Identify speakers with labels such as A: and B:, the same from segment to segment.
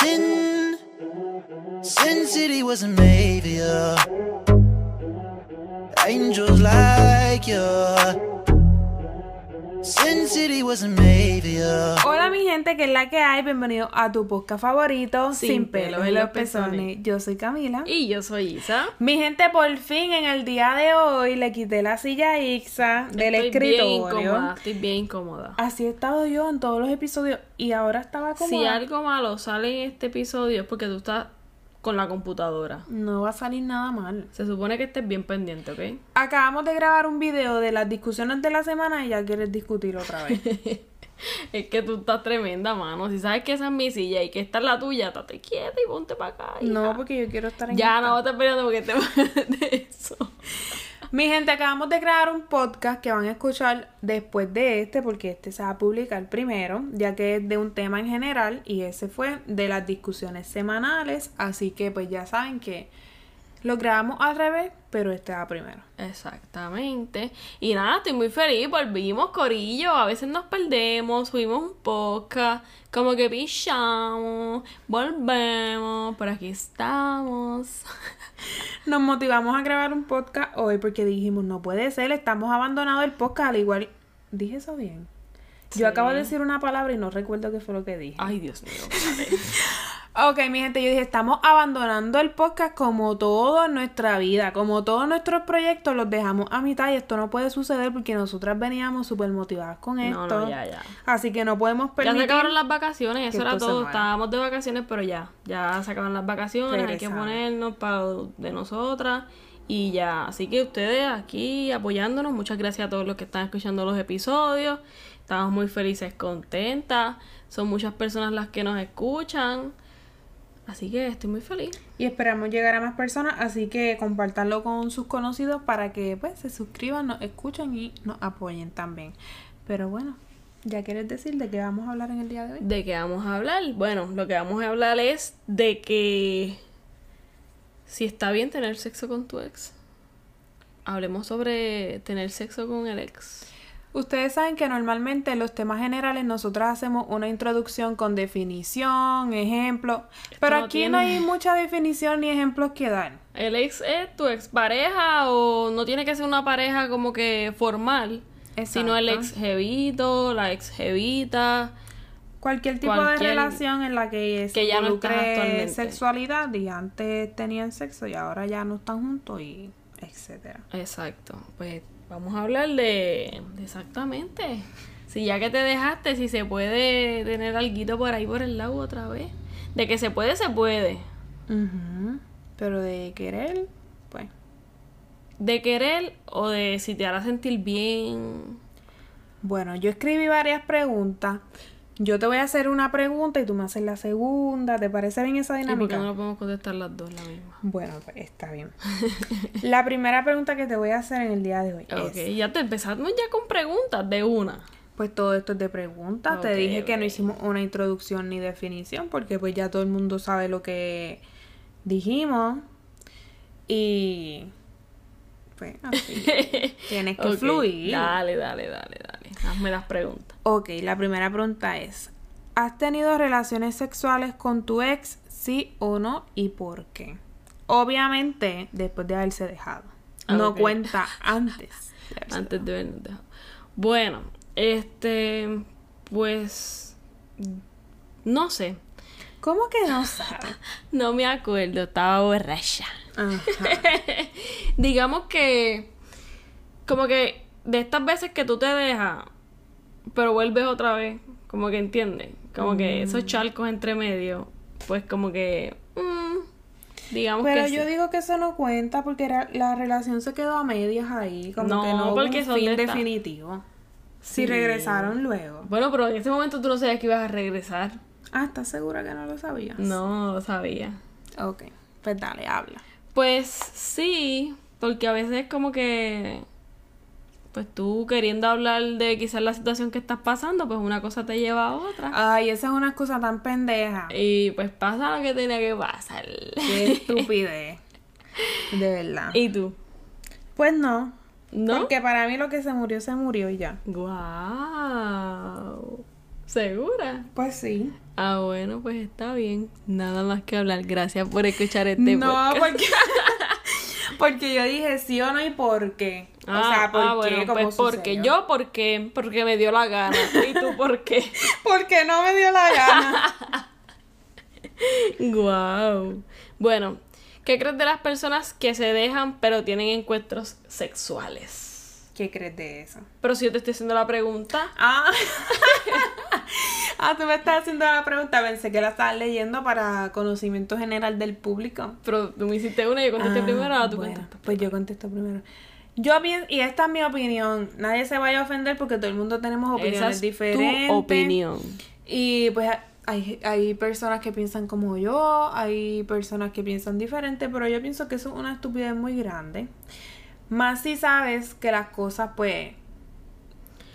A: Sin, Sin City was a maybe. yeah. Angels like you. Sin City was a maybe. yeah.
B: Hola mi gente, que es la que hay, bienvenido a tu podcast favorito,
C: Sin pelos en los pezones.
B: Yo soy Camila.
C: Y yo soy Isa.
B: Mi gente, por fin en el día de hoy le quité la silla a Ixa del
C: estoy
B: escritorio.
C: Bien incómoda, estoy bien incómoda.
B: Así he estado yo en todos los episodios y ahora estaba como...
C: Si algo malo sale en este episodio es porque tú estás con la computadora.
B: No va a salir nada mal.
C: Se supone que estés bien pendiente, ¿ok?
B: Acabamos de grabar un video de las discusiones de la semana y ya quieres discutir otra vez.
C: Es que tú estás tremenda, mano. Si sabes que esa es mi silla y que esta es la tuya, estate quieta y ponte para acá. hija.
B: no, porque yo quiero estar en
C: Ya no vas a estar peleando porque te vas de eso.
B: Mi gente, acabamos de crear un podcast que van a escuchar después de este, porque este se va a publicar primero, ya que es de un tema en general y ese fue de las discusiones semanales. Así que, pues ya saben que lo grabamos al revés, pero este va primero.
C: Exactamente. Y nada, estoy muy feliz. Volvimos, Corillo. A veces nos perdemos, subimos un podcast, como que pichamos, volvemos, por aquí estamos.
B: Nos motivamos a grabar un podcast hoy porque dijimos, no puede ser, estamos abandonando el podcast, al igual. Dije eso bien.
C: Sí.
B: Yo acabo de decir una palabra y no recuerdo qué fue lo que dije.
C: Ay, Dios mío.
B: Ok, mi gente, yo dije, estamos abandonando el podcast como todo en nuestra vida, como todos nuestros proyectos los dejamos a mitad y esto no puede suceder porque nosotras veníamos súper motivadas con
C: No,
B: esto.
C: no, ya, ya.
B: Así que no podemos
C: Ya se
B: permitir...
C: acabaron las vacaciones, eso
B: que
C: era
B: esto se
C: todo.
B: muera.
C: Estábamos de vacaciones, pero ya. Ya se acabaron las vacaciones, hay que
B: Regresamos.
C: ponernos para de nosotras. Y ya, así que ustedes aquí apoyándonos, muchas gracias a todos los que están escuchando los episodios. Estamos muy felices, contentas. Son muchas personas las que nos escuchan. Así que estoy muy feliz.
B: Y esperamos llegar a más personas, así que compartanlo con sus conocidos para que pues se suscriban, nos escuchen y nos apoyen también. Pero bueno, ya quieres decir de qué vamos a hablar en el día de hoy.
C: ¿De qué vamos a hablar? Bueno, lo que vamos a hablar es de que si está bien tener sexo con tu ex. Hablemos sobre tener sexo con el ex.
B: Ustedes saben que normalmente en los temas generales nosotras hacemos una introducción con definición, ejemplo, pero
C: no
B: aquí
C: tiene-
B: no hay mucha definición ni ejemplos que dar.
C: El ex es tu expareja o no tiene que ser una pareja como que formal, sino el ex
B: Exacto.
C: jevito, la ex jevita.
B: Cualquier tipo de
C: cualquier-
B: relación en la que, se
C: que ya no
B: involucre
C: estás actualmente.
B: sexualidad y antes tenían sexo y ahora ya no están juntos y etcétera.
C: Exacto. Pues vamos a hablar de de exactamente. Si ya que te dejaste, si se puede tener alguito por ahí por el lado otra vez. De que se puede, se puede.
B: Ujú. Pero de querer, pues
C: De querer o de si te hará sentir bien.
B: Bueno, yo escribí varias preguntas. Yo te voy a hacer una pregunta y tú me haces la segunda. ¿Te parece bien esa
C: ¿Y por qué
B: dinámica?
C: no lo podemos contestar las dos la misma?
B: Bueno, pues está bien. la primera pregunta que te voy a hacer en el día de hoy
C: Ok,
B: es,
C: ya te empezamos ya con preguntas de una.
B: pues todo esto es de preguntas.
C: Ok,
B: te dije que no
C: ok.
B: hicimos una introducción ni definición porque pues ya todo el mundo sabe lo que dijimos y pues así tienes que
C: Ok,
B: fluir.
C: Dale, dale, dale, dale. Hazme las preguntas.
B: Ok, la primera pregunta es, ¿has tenido relaciones sexuales con tu ex, sí o no, y por qué? Obviamente, después de haberse dejado.
C: Ah,
B: No
C: ok.
B: cuenta antes. de haberse
C: Antes de vernos dejado. Bueno, este, pues, no sé.
B: dejado. ¿Cómo que no sabes?
C: No me acuerdo, estaba borracha.
B: Ajá.
C: Digamos que, como que de estas veces que tú te dejas, pero vuelves otra vez, como que entiendes, como
B: Mm.
C: que esos charcos entre medio, pues como que, mm, digamos
B: Pero
C: que
B: yo
C: sí.
B: digo que eso no cuenta porque era- la relación se quedó a medias ahí, como
C: No,
B: que no hubo
C: porque
B: un
C: son
B: fin
C: de esta-
B: definitivo. Si
C: Sí.
B: regresaron luego.
C: Bueno, pero en ese momento tú no sabías que ibas a regresar.
B: Ah, ¿estás segura que no lo sabías?
C: No, lo sabía.
B: Ok, pues dale, habla.
C: Pues sí, porque a veces como que, pues tú queriendo hablar de quizás la situación que estás pasando, pues una cosa te lleva a otra.
B: Ay, esa es una excusa tan pendeja.
C: Y pues pasa lo que tenía que pasar.
B: Qué estupidez. De verdad.
C: ¿Y tú?
B: Pues no.
C: ¿No?
B: Porque para mí lo que se murió, se murió y ya.
C: Guau. ¿Segura?
B: Pues sí.
C: Ah, bueno, pues está bien. Nada más que hablar. Gracias por escuchar este
B: no,
C: podcast.
B: porque. Porque yo dije sí o no y por qué. o sea, ¿por
C: ah,
B: qué?
C: bueno,
B: ¿Cómo
C: pues porque
B: sucedió?
C: yo, porque, porque me dio la gana. ¿Y tú por qué?
B: Porque no me dio la gana.
C: Wow. Bueno, ¿qué crees de las personas que se dejan pero tienen encuentros sexuales?
B: ¿Qué crees de eso?
C: Pero si yo te estoy haciendo la pregunta,
B: Ah. ah, tú me estás haciendo la pregunta. Pensé que la estabas leyendo para conocimiento general del público.
C: pero tú me hiciste una y yo contesté
B: Ah,
C: primero, ahora tú
B: bueno,
C: contestas.
B: Pues yo contesto primero. Yo pienso, y esta es mi opinión, nadie se vaya a ofender porque todo el mundo tenemos opiniones
C: Esa es
B: diferentes.
C: tu opinión.
B: Y pues hay, hay personas que piensan como yo, hay personas que piensan diferente, pero yo pienso que eso es una estupidez muy grande. Más si sabes que las cosas pues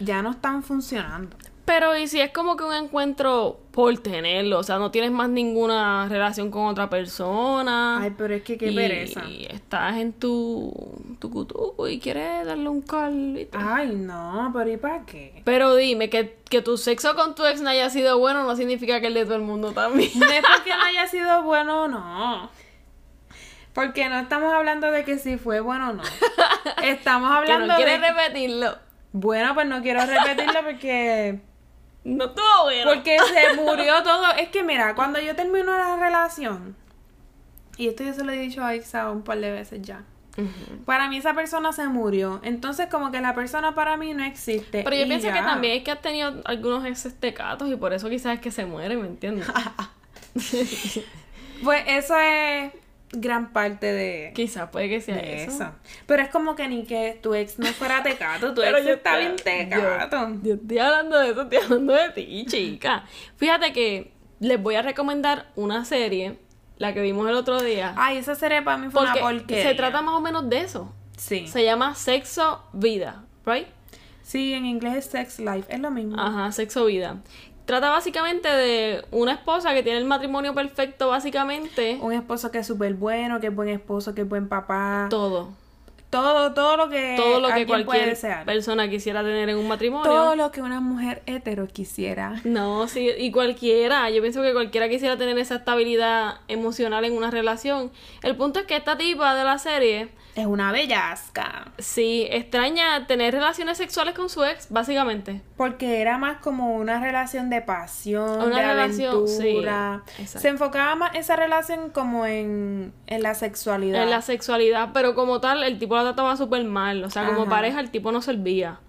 B: ya no están funcionando.
C: Pero y si es como que un encuentro por tenerlo, o sea, no tienes más ninguna relación con otra persona.
B: Ay, pero es que qué
C: Ah, y pues
B: pereza.
C: estás en tu tu cutuco y quieres darle un calito.
B: Ay, no, pero ¿y para qué?
C: Pero dime, que, que tu sexo con tu ex no haya sido bueno no significa que el de todo el mundo también.
B: No es porque no haya sido bueno o no. Porque no estamos hablando de que si fue bueno o no. Estamos
C: Que
B: hablando
C: no quieres
B: de...
C: repetirlo.
B: Bueno, pues no quiero repetirlo porque...
C: No estuvo bueno.
B: Porque se murió todo. Es que mira, cuando yo termino la relación, y esto yo se lo he dicho a Isa un par de veces ya,
C: Ujú.
B: para mí esa persona se murió. Entonces como que la persona para mí no existe.
C: Pero yo
B: y
C: pienso
B: ya.
C: que también es que has tenido algunos exes tecatos y por eso quizás es que se mueren, ¿me entiendes?
B: Pues eso es gran parte de...
C: quizás puede que sea
B: de
C: eso.
B: eso. Pero es como que ni que tu ex no fuera tecato, tu
C: Pero
B: ex
C: yo
B: está bien
C: estoy-
B: tecato.
C: Yo estoy hablando de eso, estoy hablando de ti, chica. Fíjate que les voy a recomendar una serie, la que vimos el otro día.
B: Ay, esa serie para mí Ah, fue
C: porque
B: una porquería.
C: se trata más o menos de eso.
B: Sí.
C: Se llama Sexo Vida, ¿right?
B: Sí, en inglés es sex life, es lo mismo.
C: Ajá, Sexo Vida. Trata básicamente de una esposa que tiene el matrimonio perfecto, básicamente.
B: Un esposo que es súper bueno, que es buen esposo, que es buen papá.
C: Todo.
B: todo, todo lo que,
C: todo lo
B: Eh,
C: que
B: alguien puede
C: cualquier
B: desear.
C: persona quisiera tener en un matrimonio.
B: Todo lo que una mujer hetero quisiera.
C: No, sí, y cualquiera, yo pienso que cualquiera quisiera tener esa estabilidad emocional en una relación. El punto es que esta tipa de la serie,
B: Es una bellasca.
C: sí, extraña tener relaciones sexuales con su ex, básicamente.
B: Porque era más como una relación de pasión,
C: Una
B: de
C: relación, sí,
B: aventura.
C: exacto.
B: Se enfocaba más esa relación como en, en la sexualidad.
C: En la sexualidad, pero como tal, el tipo la trataba súper mal, o sea, como
B: Ajá.
C: pareja el tipo no servía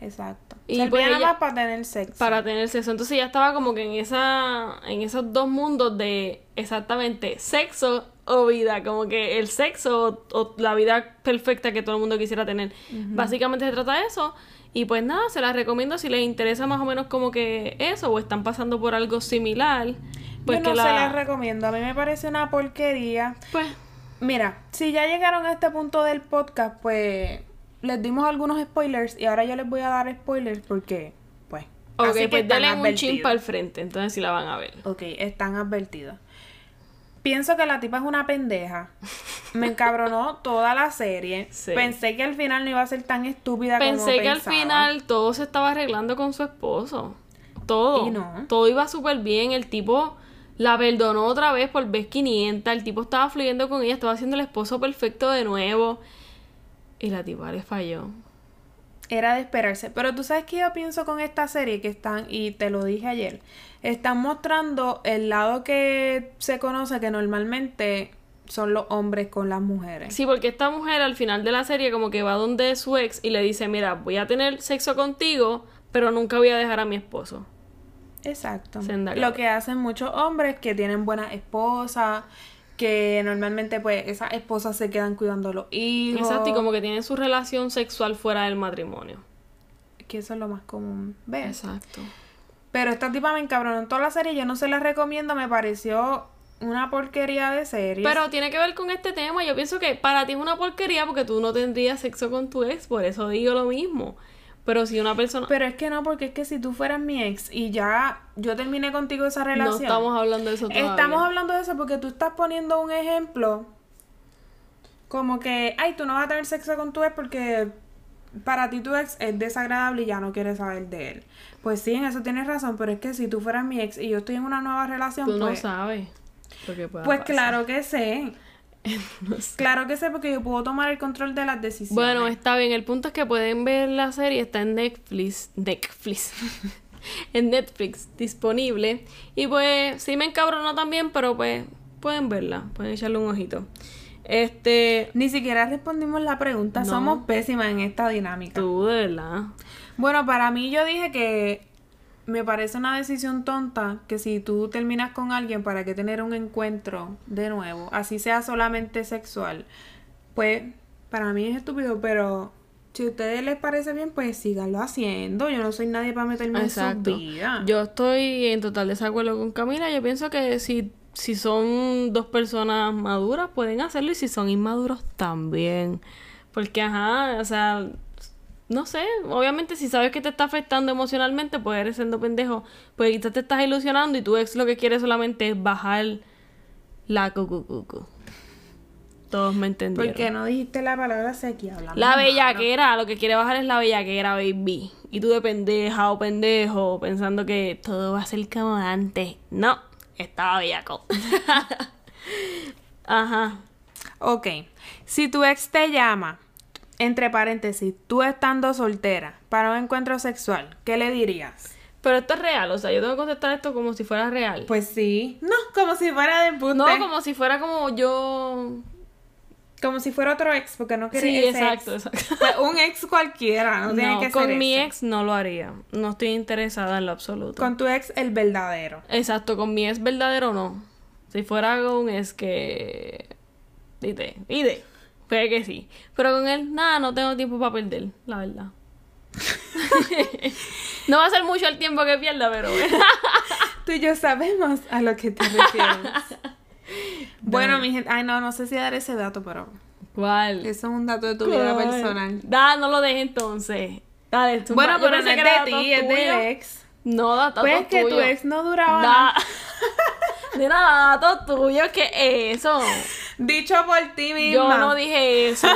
B: Exacto.
C: Y
B: Servía
C: pues
B: nada
C: ella-
B: más para tener sexo.
C: para tener sexo. Entonces ella estaba como que en, esa, en esos dos mundos de exactamente sexo o vida, como que el sexo o, o la vida perfecta que todo el mundo quisiera tener. Básicamente se trata de eso. Y pues nada, se las recomiendo si les interesa más o menos como que eso o están pasando por algo similar. Pues
B: Yo
C: que
B: no
C: la...
B: se las recomiendo. A mí me parece una porquería.
C: Pues
B: Mira, si ya llegaron a este punto del podcast, pues les dimos algunos spoilers y ahora yo les voy a dar spoilers porque, pues,
C: Ok,
B: así que
C: pues
B: están
C: denle un chin
B: advertidos.
C: para el frente, entonces si la van a ver.
B: Ok, están advertidos. Pienso que la tipa es una pendeja. Me encabronó toda la serie.
C: Sí.
B: Pensé que al final no iba a ser tan estúpida como
C: Pensé que al
B: pensaba.
C: final todo se estaba arreglando con su esposo. Todo.
B: Y no.
C: Todo iba súper bien. El tipo la perdonó otra vez por vez 500. El tipo estaba fluyendo con ella, estaba haciendo el esposo perfecto de nuevo. Y la tipa le falló.
B: Era de esperarse. Pero tú sabes que yo pienso con esta serie que están, y te lo dije ayer, están mostrando el lado que se conoce que normalmente son los hombres con las mujeres.
C: Sí, porque esta mujer al final de la serie como que va donde su ex y le dice, mira, voy a tener sexo contigo, pero nunca voy a dejar a mi esposo.
B: Exacto.
C: Senda
B: Lo
C: cabra.
B: que hacen muchos hombres que tienen buenas esposas, que normalmente pues esas esposas se quedan cuidando a los hijos.
C: Exacto, y como que tienen su relación sexual fuera del matrimonio.
B: Que eso es lo más común. ¿Ves?
C: Exacto.
B: Pero esta tipa me encabronó en toda la serie, yo no se la recomiendo, me pareció una porquería de serie.
C: Pero tiene que ver con este tema. Yo pienso que para ti es una porquería porque tú no tendrías sexo con tu ex, por eso digo lo mismo. Pero si una persona...
B: Pero es que no, porque es que si tú fueras mi ex y ya yo terminé contigo esa relación.
C: no estamos hablando de eso todavía.
B: Estamos hablando de eso porque tú estás poniendo un ejemplo como que, ay, tú no vas a tener sexo con tu ex porque para ti tu ex es desagradable y ya no quieres saber de él. Pues sí, en eso tienes razón, pero es que si tú fueras mi ex y yo estoy en una nueva relación,
C: Tú no
B: pues,
C: sabes. lo que pueda
B: pues
C: pasar.
B: claro que sé. Claro que sé porque yo puedo tomar el control de las decisiones.
C: Bueno, está bien. El punto es que pueden ver la serie. Está en Netflix. Netflix. en Netflix disponible. Y pues, sí me encabronó también, pero pues pueden verla. Pueden echarle un ojito. Este.
B: ni siquiera respondimos la pregunta,
C: No.
B: somos pésimas en esta dinámica.
C: Tú, de verdad.
B: Bueno, para mí yo dije que me parece una decisión tonta que si tú terminas con alguien, ¿para qué tener un encuentro de nuevo? Así sea solamente sexual. Pues para mí es estúpido, pero si a ustedes les parece bien, pues síganlo haciendo. Yo no soy nadie para meterme
C: Exacto.
B: en su vida.
C: Yo estoy en total desacuerdo con Camila. Yo pienso que si, si son dos personas maduras, pueden hacerlo. Y si son inmaduros, también. Porque, ajá, o sea, no sé. Obviamente, si sabes que te está afectando emocionalmente, pues eres siendo pendejo. Pues quizás te estás ilusionando y tu ex lo que quiere solamente es bajar la cucucucu. Todos me entendieron.
B: ¿Por qué no dijiste la palabra sequía? Hablando
C: La
B: malo.
C: bellaquera, lo que quiere bajar es la bellaquera, baby. Y tú de pendeja o pendejo, pensando que todo va a ser como antes. No, estaba bellaco. Ajá.
B: Ok, si tu ex te llama, entre paréntesis, tú estando soltera para un encuentro sexual, ¿qué le dirías?
C: Pero esto es real, o sea, yo tengo que contestar esto como si fuera real.
B: Pues sí. No, como si fuera de embuste.
C: no, como si fuera como yo.
B: Como si fuera otro ex, porque no quería
C: Sí,
B: ese
C: exacto,
B: ex.
C: exacto.
B: Pues un ex cualquiera, no, tiene
C: No,
B: que
C: con
B: ser
C: mi
B: ese.
C: ex no lo haría. No estoy interesada en lo absoluto.
B: Con tu ex, el verdadero.
C: Exacto, con mi ex verdadero no. Si fuera con un ex que. Dite, dite. Puede que sí. Pero con él, nada, no tengo tiempo para perder, la verdad. no va a ser mucho el tiempo que pierda, pero. Ah.
B: Tú y yo sabemos a lo que te refieres. bueno, mi gente, ay no, no sé si dar ese dato, pero
C: ¿Cuál?
B: eso es un dato de tu vida personal.
C: Da, no lo dejes entonces. Dale, tú
B: Bueno, pero no es de ti, es del ex.
C: No, da todo
B: Pues que tu ex no duraba nada.
C: De nada, datos tuyos, ¿qué es eso?
B: Dicho por ti misma.
C: Yo no dije eso.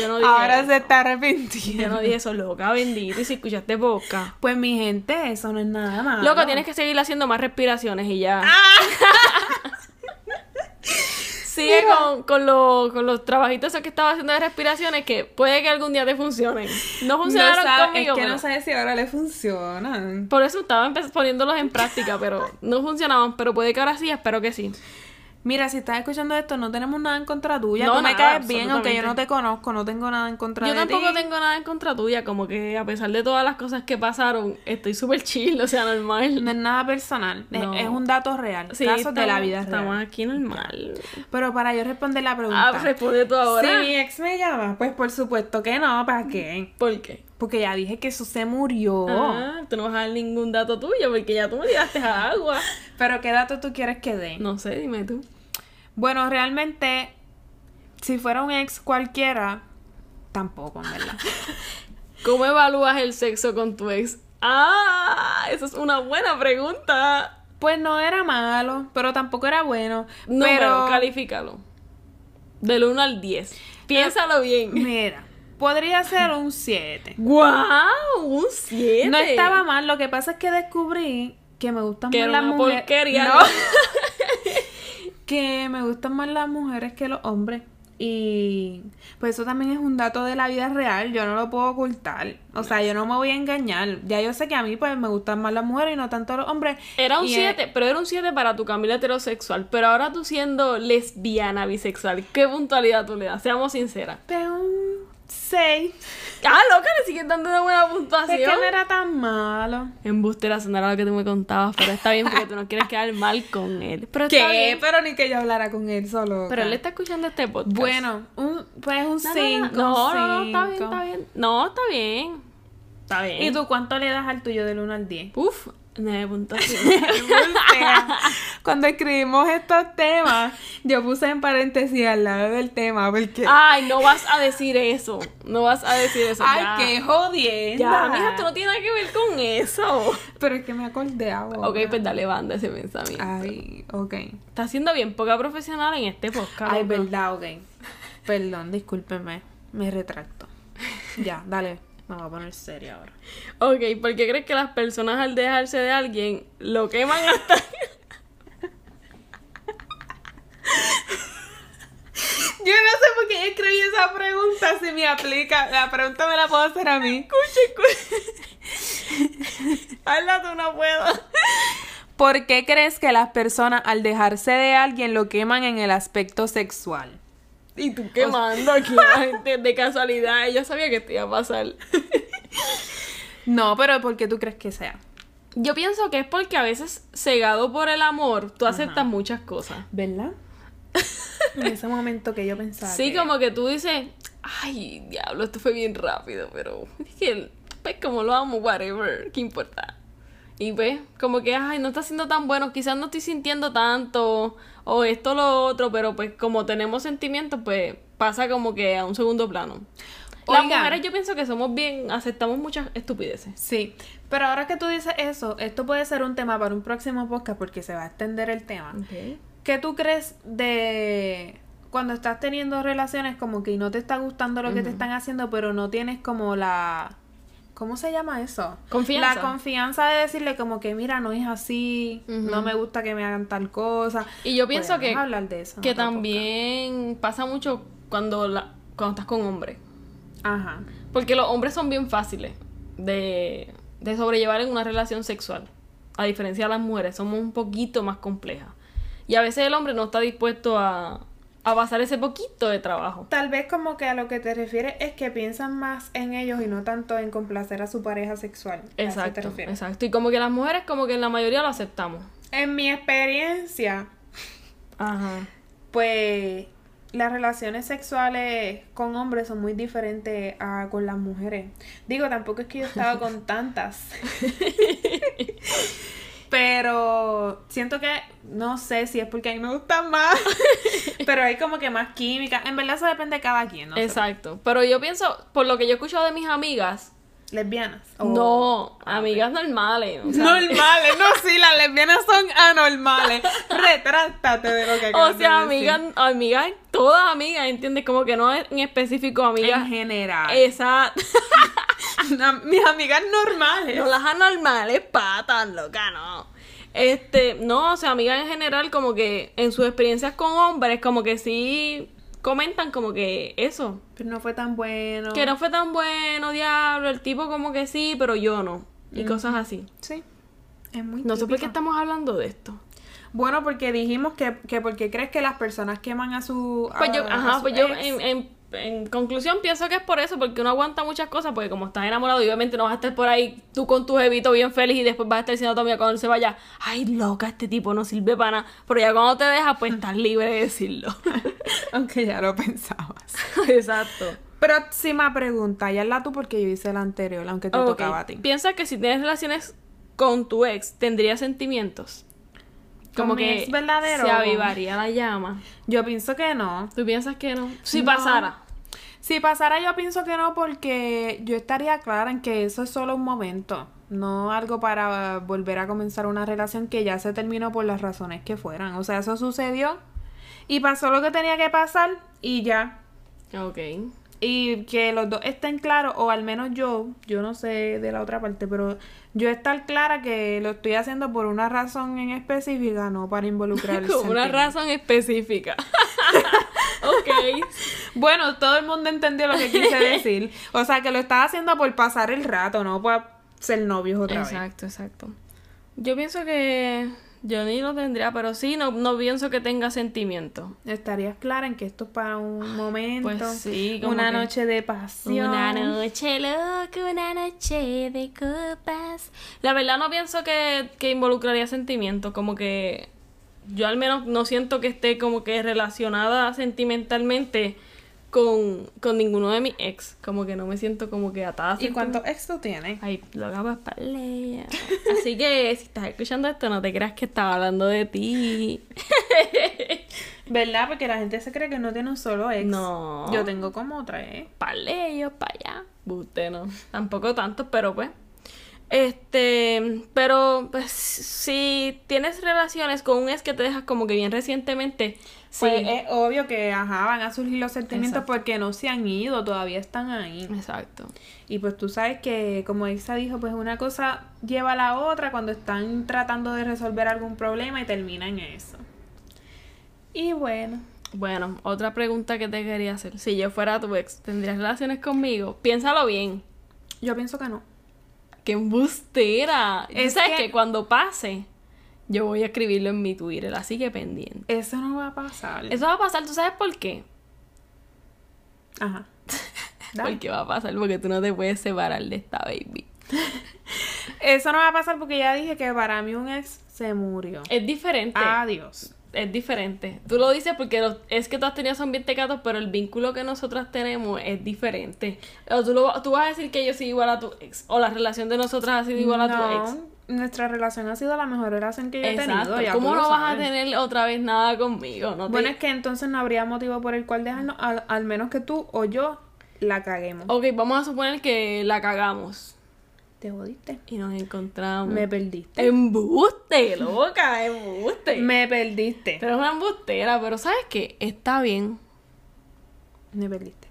C: Yo no dije
B: Ahora
C: eso.
B: se está
C: Yo
B: arrepintiendo.
C: no dije eso, loca, bendito. Y si escuchaste boca.
B: Pues mi gente, eso no es nada malo.
C: Loco, tienes que seguir haciendo más respiraciones y ya.
B: Ah.
C: Sigue con, con, los- con los trabajitos esos que estaba haciendo de respiraciones que puede que algún día te funcionen. No
B: No
C: funcionaron
B: sabe-
C: conmigo.
B: es que
C: pero-
B: no sabes si ahora le funcionan.
C: Por eso estaba empe- poniéndolos en práctica, pero no funcionaban. Pero puede que ahora sí, espero que sí.
B: Mira, si estás escuchando esto, no tenemos nada en contra tuya.
C: No,
B: Tú me
C: nada,
B: caes bien, aunque yo no
C: absolutamente.
B: te conozco, no tengo nada en contra
C: Yo
B: de ti.
C: tampoco tengo nada en contra tuya, como que a pesar de todas las cosas que pasaron, estoy súper chill, o sea, normal.
B: No es nada personal, es-
C: No.
B: es, un dato real,
C: Sí,
B: casos de la
C: estamos-
B: vida real.
C: Estamos aquí normal.
B: Pero para yo responder la pregunta.
C: Ah, responde tú ahora.
B: Si mi ex me llama, pues por supuesto que no, ¿para qué?
C: ¿Por qué?
B: Porque ya dije que eso se murió.
C: Ah, tú no vas a dar ningún dato tuyo porque ya tú me tiraste a agua.
B: Pero ¿qué dato tú quieres que dé?
C: No sé, dime tú.
B: Bueno, realmente, si fuera un ex cualquiera, tampoco, en verdad.
C: ¿Cómo evalúas el sexo con tu ex? Ah, esa es una buena pregunta.
B: Pues no era malo, pero tampoco era bueno.
C: Número,
B: pero,
C: califícalo. Del 1 al 10. Piénsalo bien.
B: mira, podría ser un 7.
C: ¡Guau! Un 7.
B: No estaba mal, lo que pasa es que descubrí que me gustan
C: Que
B: más
C: era
B: las
C: una
B: mujeres.
C: porquería.
B: No.
C: ¿no?
B: que me gustan más las mujeres que los hombres. Y pues eso también es un dato de la vida real, yo no lo puedo ocultar. O sea, yo no me voy a engañar. Ya yo sé que a mí pues me gustan más las mujeres y no tanto los hombres.
C: Era un
B: Y, eh,
C: 7, pero era un 7 para tu Camila heterosexual. Pero ahora tú siendo lesbiana, bisexual, ¿qué puntualidad tú le das? Seamos sinceras.
B: de un 6.
C: Ah, loca, le siguen dando una buena
B: Es que
C: puntuación.
B: no era tan malo.
C: Embustera, eso no era lo que tú me contabas, pero está bien porque tú no quieres quedar mal con él. Pero está bien.
B: Pero ni que yo hablara con él solo.
C: Pero él está escuchando este podcast.
B: Bueno, un, pues un
C: No,
B: 5.
C: no, no, no, no, está bien, está bien. No, está bien. Está bien.
B: ¿Y tú cuánto le das al tuyo del 1 al 10?
C: Uf, 9.5.
B: Cuando escribimos estos temas, yo puse en paréntesis al lado del tema porque...
C: Ay, no vas a decir eso. No vas a decir eso. ya.
B: ¡Ay, qué jodienda!
C: Ya, mija, tú no tienes nada que ver con eso.
B: Pero es que me acordé ahora.
C: Ok, pues dale banda a ese pensamiento.
B: Ah. Ay, ok.
C: Está siendo bien poca profesional en este podcast.
B: Ay,
C: loca.
B: verdad, ok. Perdón, discúlpeme. Me retracto. Ya, dale. Me voy a poner seria ahora.
C: Ok, ¿por qué crees que las personas al dejarse de alguien lo queman hasta...
B: Yo no sé por qué escribí esa pregunta si me aplica. La pregunta me la puedo hacer a mí.
C: Escucha, escucha. Hazla tú, no puedo.
B: ¿Por qué crees que las personas al dejarse de alguien lo queman en el aspecto sexual?
C: Y tú quemando aquí la gente de casualidad. Yo sabía que te iba a pasar.
B: No, pero ¿por qué tú crees que sea?
C: Yo pienso que es porque a veces, cegado por el amor, tú aceptas muchas cosas.
B: ¿Verdad? En ese momento que yo pensaba.
C: Sí,
B: que-
C: como que tú dices, ay, diablo, esto fue bien rápido, pero es que, pues, como lo amo, whatever, qué importa. Y pues, como que, ay, no está siendo tan bueno, quizás no estoy sintiendo tanto, o esto, lo otro, pero pues, como tenemos sentimientos, pues, pasa como que a un segundo plano. Las
B: Oigan.
C: mujeres yo pienso que somos bien, aceptamos muchas estupideces.
B: Sí, pero ahora que tú dices eso, esto puede ser un tema para un próximo podcast porque se va a extender el tema. ¿Qué tú crees de cuando estás teniendo relaciones como que no te está gustando lo que te están haciendo, pero no tienes como la... ¿Cómo se llama eso?
C: Confianza.
B: La confianza de decirle como que mira, no es así,
C: Ujú.
B: no me gusta que me hagan tal cosa.
C: Y yo pienso
B: Podemos
C: que-
B: hablar de eso en
C: Que
B: otro
C: también pasa mucho cuando, la, cuando estás con hombres.
B: podcast. Ajá.
C: Porque los hombres son bien fáciles de, de sobrellevar en una relación sexual. A diferencia de las mujeres, somos un poquito más complejas. Y a veces el hombre no está dispuesto a, a pasar ese poquito de trabajo.
B: Tal vez como que a lo que te refieres es que piensan más en ellos y no tanto en complacer a su pareja sexual. ¿A eso te
C: Exacto,
B: refieres?
C: exacto. Y como que las mujeres, como que en la mayoría lo aceptamos.
B: En mi experiencia,
C: Ajá.
B: pues las relaciones sexuales con hombres son muy diferentes a con las mujeres. Digo, tampoco es que yo estaba con tantas. Pero siento que, no sé si es porque a mí me gustan más, pero hay como que más química. En verdad eso depende de cada quien, ¿no?
C: Exacto. Pero yo pienso, por lo que yo he escuchado de mis amigas,
B: Lesbianas.
C: no, amigas normales. o sea,
B: Normales, no, sí, las lesbianas son anormales. Retráctate de lo que
C: O
B: acabas de
C: sea,
B: decir.
C: amigas, amigas, todas amigas, ¿entiendes? Como que no en específico
B: En
C: amigas.
B: general.
C: Exacto.
B: Una- mis amigas normales.
C: No las anormales, patas, loca, no. Este, no, o sea, amigas en general, como que en sus experiencias con hombres, como que sí comentan como que eso.
B: Pero no fue tan bueno.
C: Que no fue tan bueno, diablo, el tipo como que sí, pero yo no. Y cosas así.
B: Sí. Es muy
C: Mm. No sé por qué
B: típico.
C: estamos hablando de esto.
B: Bueno, porque dijimos que, que porque crees que las personas queman a su.
C: Pues
B: a-
C: yo,
B: a
C: ajá,
B: Ah, su
C: pues yo
B: ex.
C: en, en- en conclusión pienso que es por eso, porque uno aguanta muchas cosas, porque como estás enamorado, y obviamente no vas a estar por ahí tú con tu jevito bien feliz y después vas a estar diciendo todavía cuando él se vaya, ay loca, este tipo no sirve para nada, pero ya cuando te deja, pues estás libre de decirlo.
B: Aunque ya lo pensabas.
C: Exacto.
B: Próxima pregunta, ya la tú porque yo hice la anterior, aunque te
C: Ok,
B: tocaba a ti.
C: Piensa que si tienes relaciones con tu ex, tendrías sentimientos. Como
B: ¿Con mi
C: que
B: ex verdadero?
C: se avivaría la llama.
B: Yo pienso que no.
C: ¿Tú piensas que no? Si
B: No.
C: pasara.
B: Si pasara, yo pienso que no, porque yo estaría clara en que eso es solo un momento, no algo para volver a comenzar una relación que ya se terminó por las razones que fueran. O sea, eso sucedió y pasó lo que tenía que pasar y ya.
C: Ok.
B: Y que los dos estén claros, o al menos yo, yo no sé de la otra parte, pero yo estar clara que lo estoy haciendo por una razón en específica, no para involucrar el
C: Con una
B: sentimiento.
C: razón específica. ok.
B: Bueno, todo el mundo entendió lo que quise decir. O sea, que lo estaba haciendo por pasar el rato, no para ser novios otra vez.
C: Exacto, exacto. Yo pienso que yo ni lo tendría, pero sí, no, no pienso que tenga sentimiento.
B: Estarías clara en que esto es para un momento,
C: pues sí, como
B: una
C: que-
B: noche de pasión.
C: Una noche loca, una noche de copas. La verdad no pienso que, que involucraría sentimientos, como que yo al menos no siento que esté como que relacionada sentimentalmente con, con ninguno de mis ex, como que no me siento como que atada.
B: ¿Y cuántos ex tú tienes?
C: Ay, lo hago palea. Así que si estás escuchando esto, no te creas que estaba hablando de ti.
B: ¿Verdad? Porque la gente se cree que no tiene un solo ex.
C: No.
B: Yo tengo como tres.
C: Paleo, para allá. Usted no. Tampoco tanto, pero pues. Este, pero pues, si tienes relaciones con un ex que te dejas como que bien recientemente,
B: Pues
C: sí.
B: es obvio que, ajá, van a surgir los sentimientos
C: Exacto.
B: porque no se han ido, todavía están ahí.
C: Exacto.
B: Y pues tú sabes que, como Isa dijo, pues una cosa lleva a la otra cuando están tratando de resolver algún problema y terminan en eso. Y bueno,
C: Bueno, otra pregunta que te quería hacer. Si yo fuera tu ex, ¿tendrías relaciones conmigo? Piénsalo bien.
B: yo pienso que no.
C: ¡Qué embustera!
B: Es
C: Es sabes
B: que-
C: que... cuando pase, yo voy a escribirlo en mi Twitter, así que pendiente.
B: Eso no va a pasar.
C: Eso va a pasar, ¿tú sabes por qué?
B: Ajá. Dale.
C: Porque va a pasar, porque tú no te puedes separar de esta baby.
B: Eso no va a pasar porque ya dije que para mí un ex se murió.
C: Es diferente.
B: Adiós.
C: Es diferente. Tú lo dices porque los- es que tú has tenido son bien tecatos, pero el vínculo que nosotras tenemos es diferente. O tú, lo- tú vas a decir que yo soy igual a tu ex, o la relación de nosotras ha sido igual a tu ex.
B: No, Nuestra relación ha sido la mejor relación que yo he tenido.
C: Exacto.
B: ya
C: ¿Cómo
B: tú lo
C: no vas a
B: sabes.
C: tener otra vez nada conmigo? No te-
B: Bueno, es que entonces no habría motivo por el cual dejarnos, al, al menos que tú o yo la caguemos.
C: Ok, vamos a suponer que la cagamos
B: Te jodiste.
C: y nos encontramos.
B: Me perdiste.
C: Embuste, loca, embuste.
B: Me perdiste.
C: Pero es una embustera, pero ¿sabes qué? Está bien.
B: Me perdiste.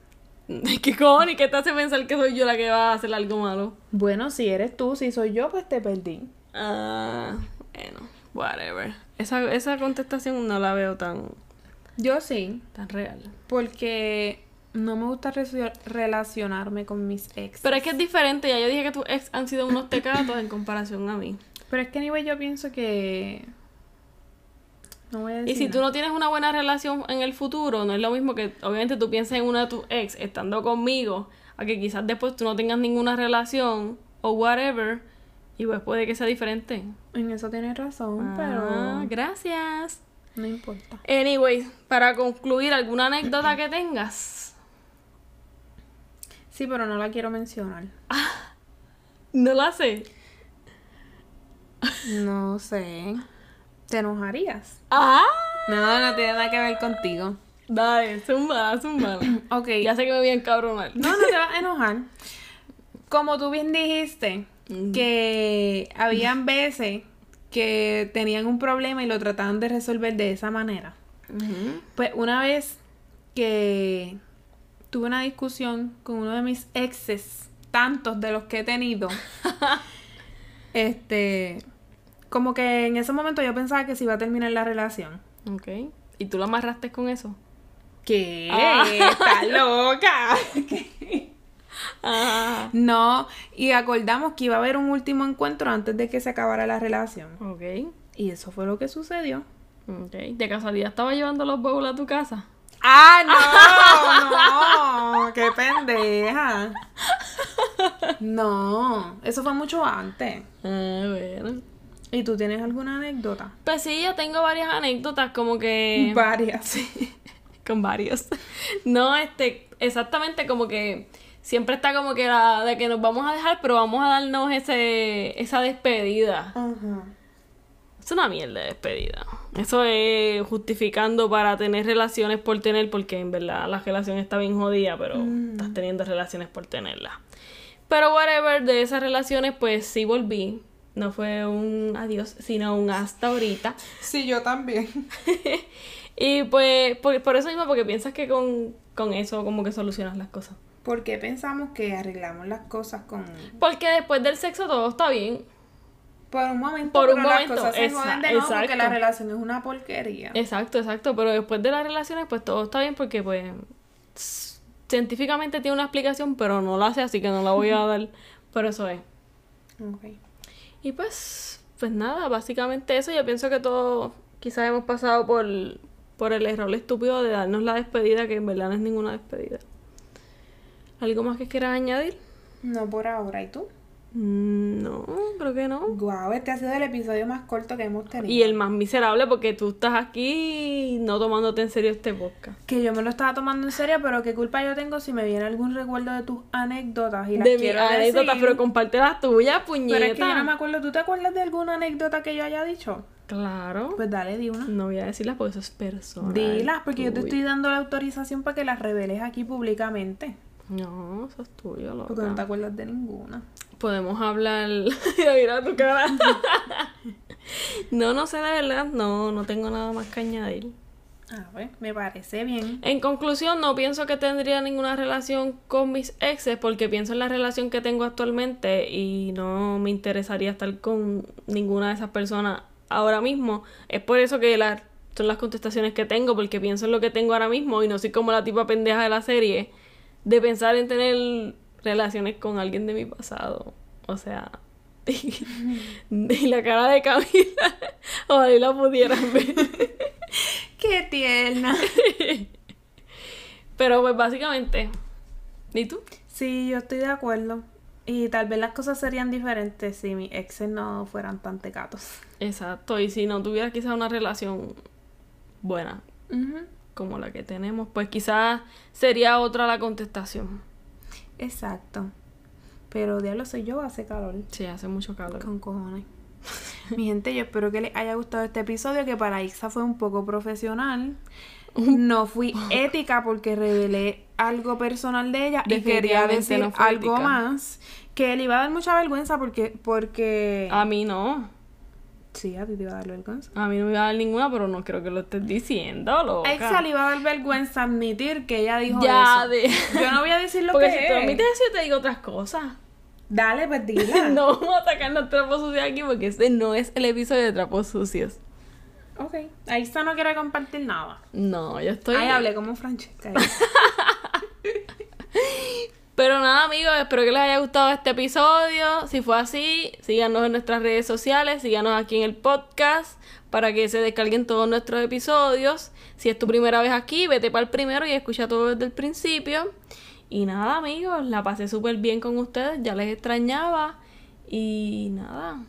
C: ¿Qué cojones? ¿Qué te hace pensar que soy yo la que va a hacer algo malo?
B: Bueno, si eres tú, si soy yo, pues te perdí.
C: Ah, bueno, whatever. Esa, esa contestación no la veo tan,
B: Yo sí,
C: tan real.
B: porque no me gusta resio- relacionarme con mis ex.
C: Pero es que es diferente, ya yo dije que tus ex han sido unos tecatos en comparación a mí.
B: Pero es que anyway yo pienso que... No voy a decir
C: Y si tú no tienes una buena relación en el futuro, no es lo mismo que obviamente tú pienses en una de tus ex estando conmigo, a que quizás después tú no tengas ninguna relación o whatever, y pues puede que sea diferente.
B: En eso tienes razón,
C: Ah,
B: Oh, pero...
C: gracias.
B: No importa.
C: Anyways, para concluir, ¿alguna anécdota que tengas?
B: Sí, pero no la quiero mencionar.
C: No la sé.
B: No sé. ¿Te enojarías?
C: ¡Ah!
B: No, no tiene nada que ver contigo.
C: Dale, zumba, zumba.
B: Ok.
C: ya sé que me voy a encabronar.
B: No, no te vas a enojar. Como tú bien dijiste,
C: Mm.
B: que habían veces que tenían un problema y lo trataban de resolver de esa manera. Pues una vez que tuve una discusión con uno de mis exes, tantos de los que he tenido, este, como que en ese momento yo pensaba que se iba a terminar la relación.
C: Ok. ¿Y tú lo amarraste con eso?
B: ¿Qué?
C: Ah.
B: ¿Estás loca?
C: Ah.
B: No, y acordamos que iba a haber un último encuentro antes de que se acabara la relación.
C: Ok.
B: Y eso fue lo que sucedió.
C: Ok. ¿De casualidad estaba llevando los bowls a tu casa?
B: ¡Ah, no! ¡No! ¡Qué pendeja! No, eso fue mucho antes.
C: Ah, bueno.
B: ¿Y tú tienes alguna anécdota? Eh,
C: Pues sí, yo tengo varias anécdotas como que...
B: Varias.
C: con varios. No, este, exactamente como que siempre está como que la de que nos vamos a dejar, pero vamos a darnos ese, esa despedida.
B: Ajá.
C: Es una mierda de despedida. Eso es justificando para tener relaciones por tener, porque en verdad la relación está bien jodida, pero estás teniendo relaciones por tenerla. Pero whatever, de esas relaciones, pues sí volví. No fue un adiós, sino un hasta ahorita.
B: Sí, yo también.
C: Y pues, por, por eso mismo, porque piensas que con, con eso como que solucionas las cosas.
B: ¿Por qué pensamos que arreglamos las cosas con...
C: Porque después del sexo todo está bien.
B: Por un momento,
C: Por un
B: pero
C: momento,
B: las cosas se
C: exa-
B: joden de nuevo porque
C: exacto.
B: la relación es una porquería.
C: Exacto, exacto. Pero después de las relaciones, pues todo está bien porque, pues, s- científicamente tiene una explicación, pero no la sé, así que no la voy a dar. Pero eso es.
B: Ok.
C: Y pues, pues nada, básicamente eso. Yo pienso que todos quizás hemos pasado por, por el error estúpido de darnos la despedida, que en verdad no es ninguna despedida. ¿Algo más que quieras añadir?
B: No por ahora, ¿y tú?
C: Mm, No, creo que no.
B: Guau, este ha sido el episodio más corto que hemos tenido.
C: Y el más miserable porque tú estás aquí no tomándote en serio este podcast.
B: Que yo me lo estaba tomando en serio, pero qué culpa yo tengo si me viene alggún recuerdo de tus anécdotas y las
C: de mi
B: quiero
C: anécdota,
B: decir.
C: pero comparte las tuyas, puñeta.
B: Pero es que yo no me acuerdo. ¿Tú te acuerdas de alguna anécdota que yo haya dicho?
C: Claro.
B: Pues dale, di una.
C: No voy a decirlas porque eso es personal.
B: Dilas, porque yo te
C: tuyo.
B: estoy dando la autorización para que las reveles aquí públicamente.
C: No, eso es tuyo, loca.
B: Porque no te acuerdas de ninguna.
C: podemos hablar. Mira tu cara. no, no sé de verdad. No, no tengo nada más que añadir.
B: A ver, me parece bien.
C: En conclusión, no pienso que tendría ninguna relación con mis exes porque pienso en la relación que tengo actualmente y no me interesaría estar con ninguna de esas personas ahora mismo. Es por eso que las son las contestaciones que tengo porque pienso en lo que tengo ahora mismo y no soy como la tipa pendeja de la serie de pensar en tener relaciones con alguien de mi pasado. O sea, y la cara de Camila, ojalá la pudieran ver.
B: ¡Qué tierna!
C: Pero pues básicamente, ¿y tú?
B: Sí, yo estoy de acuerdo. Y tal vez las cosas serían diferentes si mis exes no fueran tan tecatos.
C: Exacto, y si no tuvieras quizás una relación buena
B: Ujú,
C: como la que tenemos, pues quizás sería otra la contestación.
B: Exacto. Pero diablo, soy yo, hace calor.
C: Sí, hace mucho calor.
B: Con cojones. Mi gente, yo espero que les haya gustado este episodio, que para Ixa fue un poco profesional. No fui ética porque revelé algo personal de ella y quería
C: Definitivamente
B: decir
C: no fue
B: algo
C: ética.
B: más que le iba a dar mucha vergüenza porque... porque...
C: A mí no.
B: Sí, a ti te iba a dar vergüenza.
C: A mí no me iba a dar ninguna, pero no creo que lo estés diciendo, loca.
B: A Ixa le iba a dar vergüenza admitir que ella dijo
C: Ya,
B: eso.
C: de-
B: Yo no voy a decir lo
C: Porque
B: que
C: si tú
B: es.
C: admites eso, yo te digo otras cosas.
B: Dale, pues dila.
C: No vamos a sacar los trapos sucios aquí porque este no es el episodio de trapos sucios.
B: Ok. A Ixa no quiere compartir nada.
C: No, yo estoy.
B: Ay, hablé como Francesca.
C: Pero nada, amigos, espero que les haya gustado este episodio. Si fue así, síganos en nuestras redes sociales, síganos aquí en el podcast para que se descarguen todos nuestros episodios. Si es tu primera vez aquí, vete para el primero y escucha todo desde el principio. Y nada, amigos, la pasé súper bien con ustedes, ya les extrañaba. Y nada,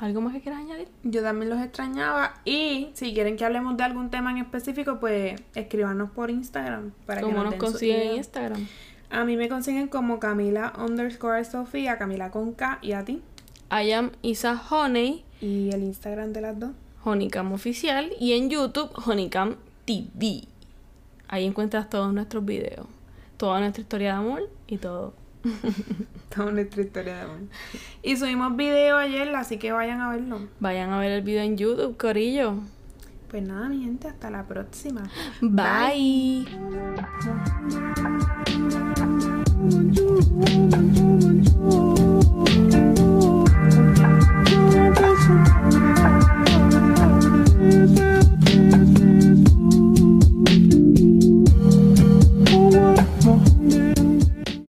C: ¿algo más que quieras añadir?
B: Yo también los extrañaba. Y si quieren que hablemos de algún tema en específico, pues escríbanos por Instagram. Para que
C: ¿Cómo nos
B: den su
C: consiguen en
B: idea.
C: Instagram?
B: A mí me consiguen como Camila underscore Sofía, Camila con K y a ti.
C: I am Isa Honey,
B: Y el Instagram de las dos.
C: Honeycam Oficial, y en YouTube, Honeycam TV. Ahí encuentras todos nuestros videos, toda nuestra historia de amor y todo.
B: Toda nuestra historia de amor. Y subimos video ayer, así que vayan a verlo.
C: Vayan a ver el video en YouTube, Corillo.
B: Pues nada, mi gente, hasta la próxima.
C: Bye.